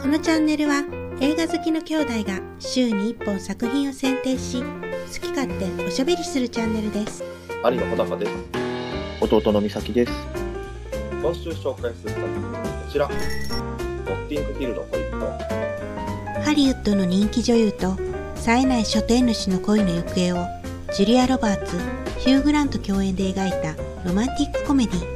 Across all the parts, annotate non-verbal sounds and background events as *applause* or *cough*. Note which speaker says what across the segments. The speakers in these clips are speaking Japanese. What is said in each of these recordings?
Speaker 1: このチャンネルは映画好きの兄弟が週に1本作品を選定し好き勝手おしゃべりするチャンネルです
Speaker 2: 兄の穂高です。
Speaker 3: 弟の美咲です。
Speaker 2: 今週紹介する作品はこちら。ノッティングヒルの恋人。
Speaker 1: ハリウッドの人気女優と冴えない書店主の恋の行方をジュリア・ロバーツヒュー・グラント共演で描いたロマンティックコメディ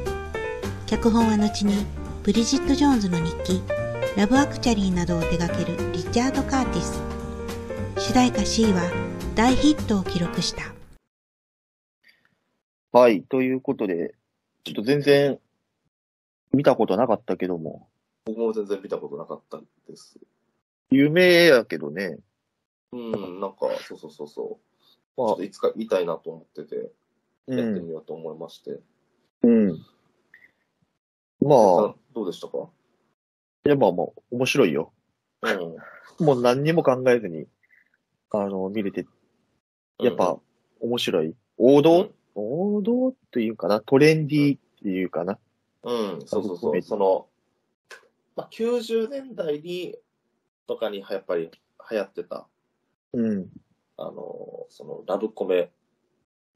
Speaker 1: 脚本は後にブリジット・ジョーンズの日記「ラブ・アクチャリー」などを手掛けるリチャード・カーティス主題歌 C は大ヒットを記録した
Speaker 3: はい。ということで、ちょっと全然見たことなかったけども、
Speaker 2: 僕も全然見たことなかったんです。
Speaker 3: 有名やけどね。
Speaker 2: うん、なんか、そうそうそうそう。
Speaker 3: まあ
Speaker 2: ちょっといつか見たいなと思ってて、
Speaker 3: う
Speaker 2: やって
Speaker 3: ん。
Speaker 2: みようと思いまして。
Speaker 3: うん。まあ
Speaker 2: あ、どうでしたか
Speaker 3: いやまあまあ、面白いよ。
Speaker 2: うん。
Speaker 3: もう何にも考えずに、あの、見れて、やっぱ、面白い。王
Speaker 2: うん、
Speaker 3: 道、王道っていうかな、トレンディーっていうかな。
Speaker 2: うん、うんそうそうそう。その、まあ、90年代に、とかにはやっぱり流行ってた、
Speaker 3: うん。
Speaker 2: あの、その、ラブコメ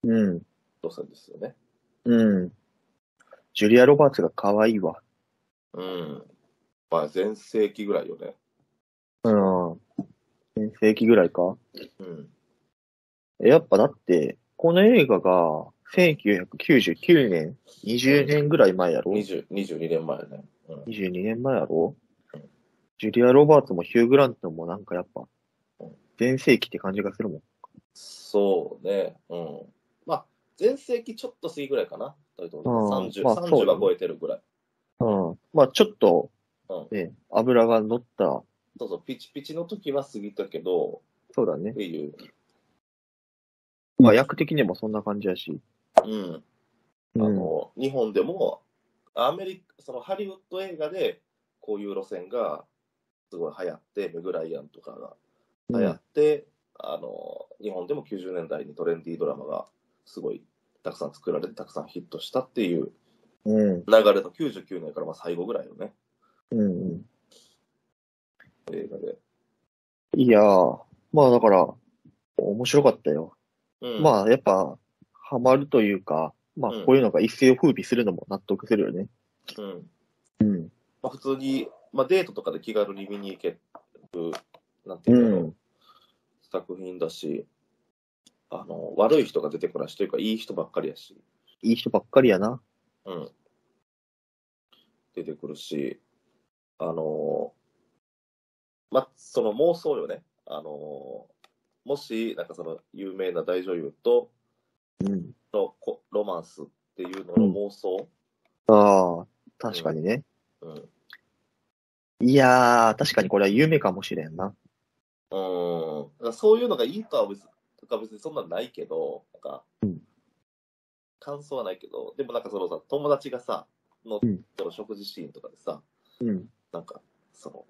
Speaker 3: うん。
Speaker 2: 路線ですよね。
Speaker 3: うん。ジュリア・ロバーツが可愛いわ。
Speaker 2: うん。まあ、全盛期ぐらいよね。
Speaker 3: うん。全盛期ぐらいか。
Speaker 2: うん。
Speaker 3: やっぱだって、この映画が1999年、20年ぐらい前やろ、
Speaker 2: 20 22年前ね。うん。
Speaker 3: ?22 年前やろ
Speaker 2: うん
Speaker 3: ジュリア・ロバーツもヒュー・グラントもなんかやっぱ
Speaker 2: うん、
Speaker 3: 全盛期って感じがするもん。
Speaker 2: そうね。うん。まあ、全盛期ちょっと過ぎぐらいかな。二人とも
Speaker 3: うん
Speaker 2: 30、
Speaker 3: まあそ
Speaker 2: 30
Speaker 3: う
Speaker 2: は超えてるぐらい。
Speaker 3: うん。まあちょっと
Speaker 2: う、
Speaker 3: ね、油が乗った、
Speaker 2: そうそう、ピチピチの時は過ぎたけど、
Speaker 3: そうだね
Speaker 2: っ。ていう。
Speaker 3: まあ役的にもそんな感じやし。
Speaker 2: うん。あ
Speaker 3: うん。
Speaker 2: の、日本でも、アメリカ、そのハリウッド映画で、こういう路線が、すごい流行って、メグライアンとかが流行って、あの、日本でも90年代にトレンディードラマが、すごい、たくさん作られて、たくさんヒットしたっていう
Speaker 3: う
Speaker 2: 流
Speaker 3: ん。
Speaker 2: れの99年からまあ最後ぐらいよね、
Speaker 3: うん。う
Speaker 2: 映画で。
Speaker 3: ん。いやー、まあだから、面白かったよ。
Speaker 2: うん、
Speaker 3: まあやっぱ、ハマるというか、まあ
Speaker 2: うん
Speaker 3: こういうのが一世を風靡するのも納得するよね。
Speaker 2: うん
Speaker 3: うん。
Speaker 2: まあ、普通に、まあ、デートとかで気軽に見に行ける、なんて
Speaker 3: う
Speaker 2: いうの、
Speaker 3: ん。
Speaker 2: 作品だし、あの、悪い人が出てこないし、というか、いい人ばっかりやし、
Speaker 3: いい人ばっかりやな。
Speaker 2: うん。出てくるし、あの、まあ、その妄想よね。あの、もし、なんかその、有名な大女優と
Speaker 3: うん。
Speaker 2: のこロマンスっていうのの妄想、
Speaker 3: ああ、確かにね。
Speaker 2: うん、
Speaker 3: いやー、確かにこれは夢かもしれんな。
Speaker 2: うん、だからそういうのがいいとは別とか別にそんなんないけど、なんか、
Speaker 3: うん
Speaker 2: 感想はないけど、でもなんかそのさ、友達がさ、の,、
Speaker 3: うん
Speaker 2: の食事シーンとかでさ、
Speaker 3: うん。
Speaker 2: なんか、その、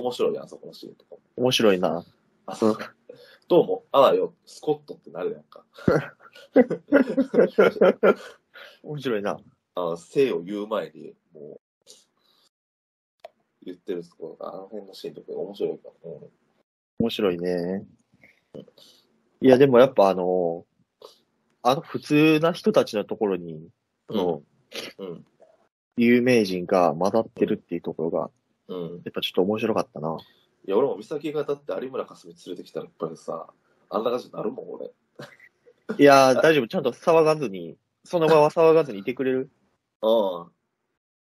Speaker 2: 面白いやん、そこのシーンとか。
Speaker 3: 面白いな。 *laughs*
Speaker 2: あ、そう。どうも、あらよ、スコットってなるやんか。
Speaker 3: 面白いな。
Speaker 2: あの性を言う前に、もう、言ってるところが、あの辺のシーンとか面白いから。うん
Speaker 3: 面白いね。いや、でもやっぱあのあの普通な人たちのところに、の、
Speaker 2: うん、
Speaker 3: 有名人が混ざってるっていうところが、
Speaker 2: うん。
Speaker 3: やっぱちょっと面白かったな。
Speaker 2: いや、俺も美咲がだって有村架純連れてきたらやっぱりさ、あんな感じになるもん、俺。
Speaker 3: いやー、大丈夫。ちゃんと騒がずに、その場は騒がずにいてくれる。
Speaker 2: うん。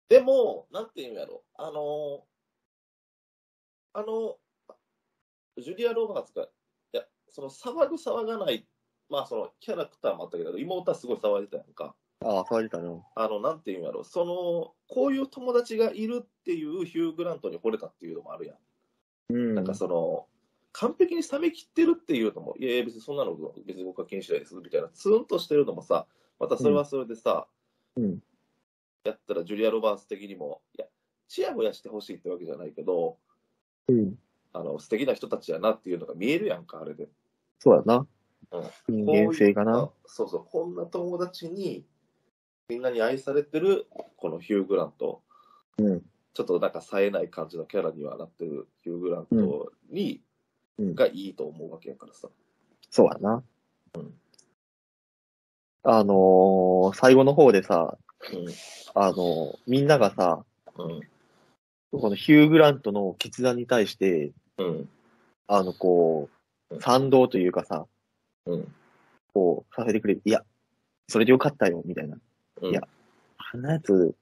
Speaker 2: でも、なんていうんやろ、あのーあの、ジュリア・ロバーツが、いや、その騒ぐ騒がない、まあそのキャラクターもあったけど、妹はすごい騒いでたやんか。
Speaker 3: ああ、騒いでたな。
Speaker 2: あの、なんていうんやろ、その、こういう友達がいるっていうヒュー・グラントに惚れたっていうのもあるやん。
Speaker 3: うん。
Speaker 2: なんかその、完璧に冷めきってるっていうのも、いやいや、別にそんなの別に僕は気にしないですみたいな、ツーンとしてるのもさ、またそれはそれでさ、
Speaker 3: うん
Speaker 2: やったらジュリア・ロバーツ的にも、いや、ちやほやしてほしいってわけじゃないけど、
Speaker 3: うん。
Speaker 2: あの素敵な人たちやなっていうのが見えるやんか、あれで。
Speaker 3: そうやな
Speaker 2: うん。
Speaker 3: 人間性か
Speaker 2: こ
Speaker 3: な。
Speaker 2: ういったそうそう、こんな友達に、みんなに愛されてる、このヒュー・グラント
Speaker 3: うん。
Speaker 2: ちょっとなんか冴えない感じのキャラにはなってるヒュー・グラントに、
Speaker 3: うん
Speaker 2: がいいと思うわけやからさ。
Speaker 3: そうやな。あのー最後の方でさ、あのーみんながさ、
Speaker 2: うん。
Speaker 3: このヒュー・グラントの決断に対して、
Speaker 2: うん。
Speaker 3: あの、こ
Speaker 2: うん
Speaker 3: う、賛同というかさ、
Speaker 2: うん。
Speaker 3: こう、させてくれる。いや、それでよかったよ、みたいな。
Speaker 2: うん。
Speaker 3: いやあんなやつ、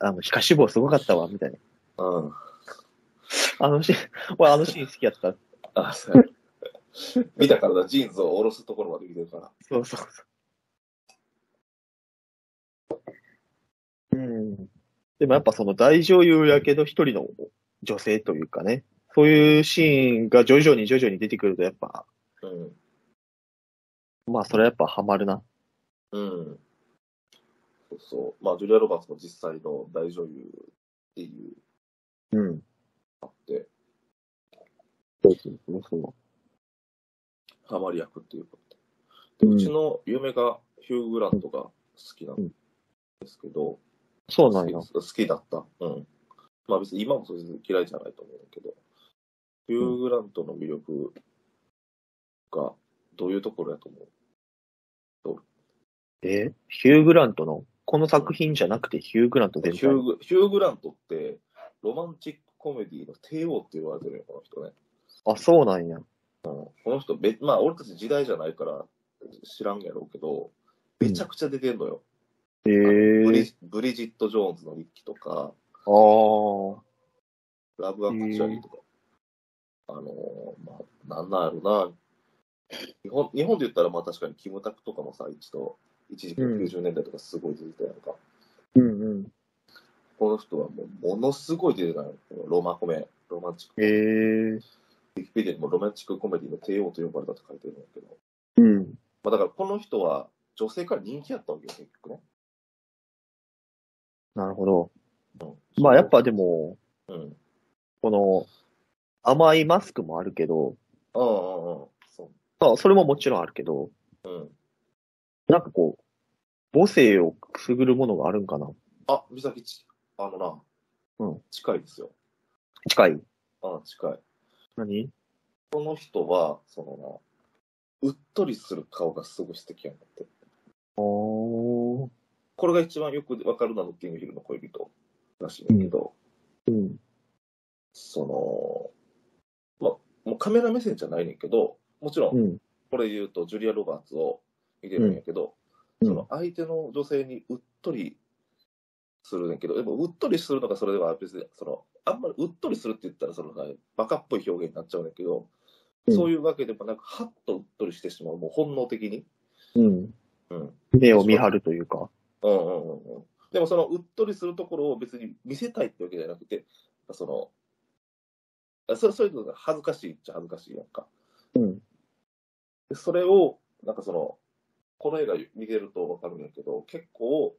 Speaker 3: あの、皮下脂肪すごかったわ、みたいな。
Speaker 2: うん。
Speaker 3: あのシーン、 *laughs* 俺あのシーン好きやった。
Speaker 2: あ、 *laughs* そうや。見たからな、ジーンズを下ろすところまで見てるから。
Speaker 3: そうそうそう。うん。でもやっぱその大女優やけど一人の女性というかね、そういうシーンが徐々に徐々に出てくるとやっぱ、
Speaker 2: うん。
Speaker 3: まあそれはやっぱハマるな。
Speaker 2: うん。そうそう。まあ、ジュリア・ロバーツも実際の大女優っていう
Speaker 3: うん。
Speaker 2: あって、
Speaker 3: そうそうそうそ
Speaker 2: ハマり役っていうことで。
Speaker 3: うん
Speaker 2: うちの嫁がヒュー・グラントが好きなんですけど、
Speaker 3: う。そうなんや
Speaker 2: 好。き好きだった。うん。まあ別に今もそれで嫌いじゃないと思うんだけど、ヒュー・グラントの魅力がどういうところやと思う
Speaker 3: えヒュー・グラントのこの作品じゃなくてヒュー・グラント全
Speaker 2: ヒュー
Speaker 3: 体。
Speaker 2: グヒュー・グラントって、ロマンチックコメディの帝王って言われてるよ、この人ね。
Speaker 3: あ、そうなんや。
Speaker 2: この人め、まあ俺たち時代じゃないから知らんやろうけど、めちゃくちゃ出てんのよ。
Speaker 3: へ
Speaker 2: ブ
Speaker 3: え
Speaker 2: リブリジット・ジョーンズの日記とか、
Speaker 3: ああ。
Speaker 2: ラブ・アクチュアリーとか。あのーまあ、なんなんやろな。日本、日本で言ったら、まあ確かにキムタクとかもさ、一度、一時期
Speaker 3: うん
Speaker 2: 90年代とかすごい出てたやんか。
Speaker 3: うんうん。
Speaker 2: この人はもう、ものすごい出てたのよ。このロマコメ、ロマンチック。
Speaker 3: へえ
Speaker 2: ウィキペディアにもロマンチックコメディの帝王と呼ばれたって書いてるんだけど、
Speaker 3: うん。
Speaker 2: まあ、だからこの人は女性から人気やったわけよ、結局ね。
Speaker 3: なるほど。まあやっ、ぱでも、
Speaker 2: うん。うんうんうん。
Speaker 3: この、甘いマスクもあるけど、
Speaker 2: そ
Speaker 3: まあ、それももちろんあるけど、
Speaker 2: う。うん。
Speaker 3: なんかこう、母性をくすぐるものがあるんかな
Speaker 2: あ、美咲ち、あのな、
Speaker 3: うん
Speaker 2: 近いですよ。
Speaker 3: 近い。
Speaker 2: あ近い。
Speaker 3: 何
Speaker 2: この人は、そのな、うっとりする顔がすごい素敵やなって。
Speaker 3: おー。
Speaker 2: これが一番よくわかるのはノッキングヒルの恋人らしいんだけど、
Speaker 3: うん。
Speaker 2: その、まあ、もうカメラ目線じゃないねんけど、もちろ、
Speaker 3: うんん。
Speaker 2: これで言うと、ジュリア・ロバーツを見てるんやけど、
Speaker 3: うん
Speaker 2: その相手の女性にうっとりするねんけど、でもうっとりするのがそれでは別に、その、あんまりうっとりするって言ったら、その、バカっぽい表現になっちゃうねんけど、
Speaker 3: うん
Speaker 2: そういうわけでもなく、はっとうっとりしてしまう、もう本能的に。
Speaker 3: うん。
Speaker 2: うん。
Speaker 3: 目を見張るというか。
Speaker 2: うんうんうんうん。でもそのうっとりするところを別に見せたいってわけじゃなくて、その、あそそういうのが恥ずかしいっちゃ恥ずかしいやんか。
Speaker 3: うん。
Speaker 2: でそれを、なんかその、この映画見てるとわかるんやけど、結構、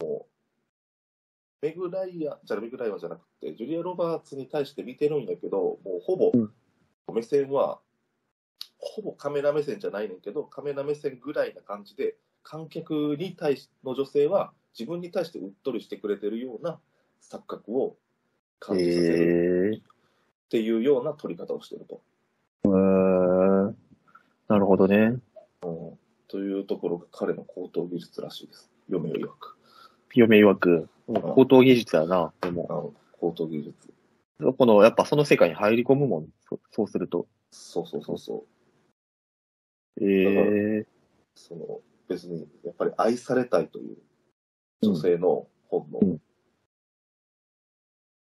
Speaker 2: もう、メグライア、じゃあメグライアじゃなくて、ジュリア・ロバーツに対して見てるんやけど、もうほぼ
Speaker 3: う、
Speaker 2: 目線は、ほぼカメラ目線じゃないねんけど、カメラ目線ぐらいな感じで、観客に対しの女性は自分に対してうっとりしてくれてるような錯覚を感じさせる
Speaker 3: へえ
Speaker 2: っていうような撮り方をしてると。
Speaker 3: ー。うーんなるほどね。
Speaker 2: というところが彼の高等技術らしいです。嫁よりわく。
Speaker 3: 嫁曰く、
Speaker 2: ん
Speaker 3: 高等技術やな。で
Speaker 2: あ
Speaker 3: も、
Speaker 2: の高等技術。
Speaker 3: この、やっぱその世界に入り込むもん。そそうすると。
Speaker 2: そうそうそうそう。
Speaker 3: ええー。
Speaker 2: その別にやっぱり愛されたいという女性の本
Speaker 3: う
Speaker 2: 能
Speaker 3: ん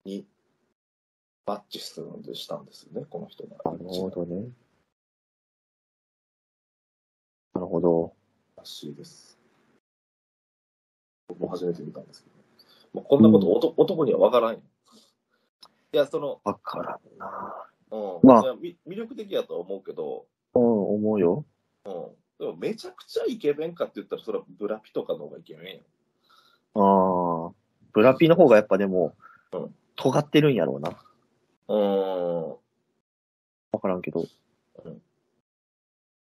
Speaker 2: にマッチするんでしたんですよね、この人の
Speaker 3: なるほどね。なるほど。
Speaker 2: らしいです。僕も初めて見たんですけど。まあ、こんなこと男,、男には分からんよ。いや、その、
Speaker 3: わからんな。
Speaker 2: うん
Speaker 3: まあ
Speaker 2: いやみ魅力的やとは思うけど、
Speaker 3: うん、思うよ。
Speaker 2: でもめちゃくちゃイケメンかって言ったら、それはブラピとかの方がイケメンやん。
Speaker 3: ああ。ブラピの方がやっぱでも
Speaker 2: うん、
Speaker 3: 尖ってるんやろうな。
Speaker 2: うーん。
Speaker 3: わからんけど。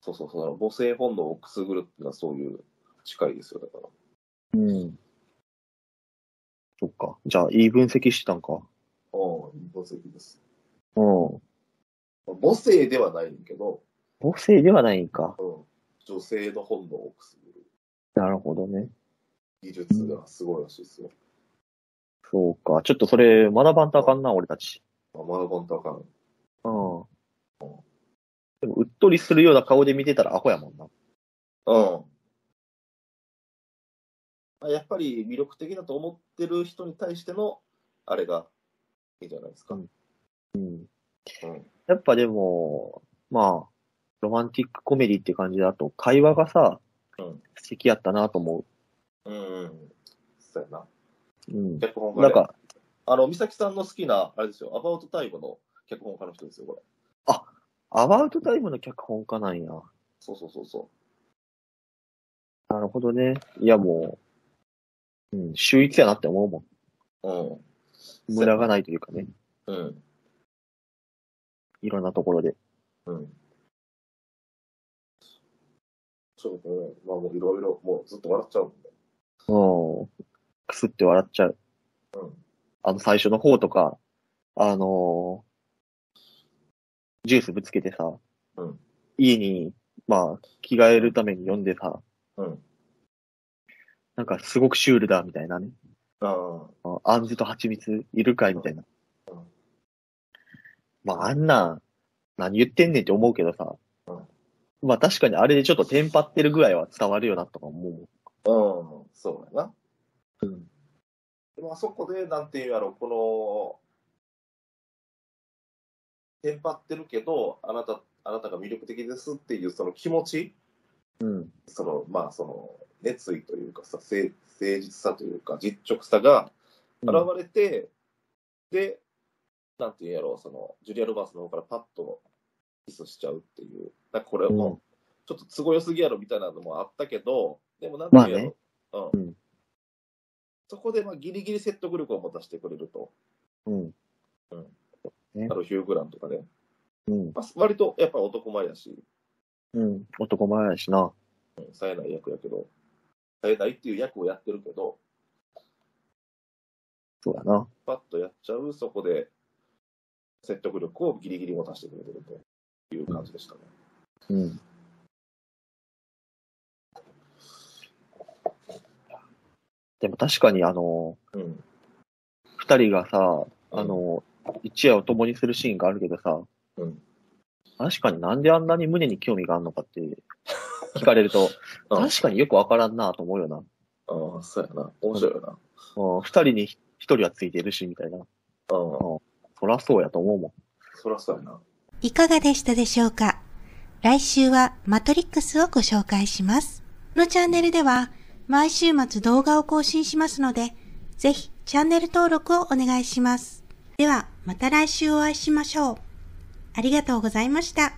Speaker 2: そうそうそう。母性本能をくすぐるっていうのはそういう近いですよ、だから。
Speaker 3: うん。そっか。じゃあ、いい分析してたんか。
Speaker 2: 宝石です。
Speaker 3: うん。
Speaker 2: 母性ではないんだけど、
Speaker 3: 母性ではないんか。
Speaker 2: うん、女性の本能をくすぐる
Speaker 3: なるほどね。
Speaker 2: 技術がすごいらしいですよ。
Speaker 3: そうか。ちょっとそれ、学ばんとあかんな、俺たち。
Speaker 2: まあ、学ばんとあかん。
Speaker 3: うん。でも、うっとりするような顔で見てたらアホやもんな。
Speaker 2: うんまあ。やっぱり魅力的だと思ってる人に対しての、あれがいいじゃないですか。
Speaker 3: う
Speaker 2: うんん。
Speaker 3: やっぱでも、まあ、ロマンティックコメディって感じだと、会話がさ、
Speaker 2: うん
Speaker 3: 素敵やったなと思
Speaker 2: うん。そうやな。
Speaker 3: う。うん。
Speaker 2: 脚本家で
Speaker 3: なんか、
Speaker 2: あの、美咲さんの好きな、あれですよ、アバウトタイムの脚本家の人ですよ、これ。
Speaker 3: アバウトタイムの脚本家なんや。
Speaker 2: そうそうそうそ
Speaker 3: なるほどね。いや、もう、うん、秀逸やなって思うも
Speaker 2: う。うん。
Speaker 3: ん。無駄がないというかね。
Speaker 2: うん。
Speaker 3: いろんなところで。
Speaker 2: うん。そうですね。まあもういろいろ、もうずっと笑っちゃうもんね。
Speaker 3: うん。くすって笑っちゃう。
Speaker 2: うん
Speaker 3: あの、最初の方とか、あのージュースぶつけてさ、
Speaker 2: うん
Speaker 3: 家に、まあ、着替えるために読んでさ、
Speaker 2: うん
Speaker 3: なんかすごくシュールだ、みたいなね。
Speaker 2: ああ。
Speaker 3: ああんずと蜂蜜いるかいみたいな
Speaker 2: うんうん。
Speaker 3: まあ、あんなん、何言ってんねんって思うけどさ
Speaker 2: う。
Speaker 3: まあ確かにあれでちょっとテンパってるぐらいは伝わるよなとか思う。
Speaker 2: うん、そうやな。
Speaker 3: うん。
Speaker 2: でもあそこで、なんていうやろ、この、テンパってるけど、あなた、あなたが魅力的ですっていうその気持ち、
Speaker 3: うん。
Speaker 2: その、まあ、その、熱意というかさ、誠誠実さというか、実直さが現れて、で、なんていうんやろう、その、ジュリア・ロバースの方からパッとキスしちゃうっていう、なんかこれ
Speaker 3: う
Speaker 2: も
Speaker 3: ん、
Speaker 2: ちょっと都合良すぎやろみたいなのもあったけど、でもなんて
Speaker 3: まあ
Speaker 2: い
Speaker 3: ね
Speaker 2: うやろ、
Speaker 3: うん
Speaker 2: そこでまあギリギリ説得力を持たせてくれると、
Speaker 3: うん。
Speaker 2: あのヒュー・グランとかね、
Speaker 3: うん。
Speaker 2: まあ、割とやっぱ男前やし、
Speaker 3: うん。男前やしな。
Speaker 2: 冴えない役やけど、冴えないっていう役をやってるけど、
Speaker 3: そうやな。
Speaker 2: パッとやっちゃう、そこで説得力をギリギリ持たせてくれてるという感じでしたね。
Speaker 3: うん。でも確かにあの、
Speaker 2: うん。
Speaker 3: 二人がさ、あの、一夜を共にするシーンがあるけどさ、
Speaker 2: うん
Speaker 3: 確かになんであんなに胸に興味があるのかって聞かれると、
Speaker 2: *laughs* うん
Speaker 3: 確かによくわからんなと思うよな。
Speaker 2: ああ、そうやな。面白いよな。
Speaker 3: うん二人に一人はついてるし、みたいな。
Speaker 2: うん。
Speaker 3: そらそうやと思うも
Speaker 2: そらそうやな。
Speaker 1: いかがでしたでしょうか来週はマトリックスをご紹介します。このチャンネルでは毎週末動画を更新しますので、ぜひチャンネル登録をお願いします。ではまた来週お会いしましょう。ありがとうございました。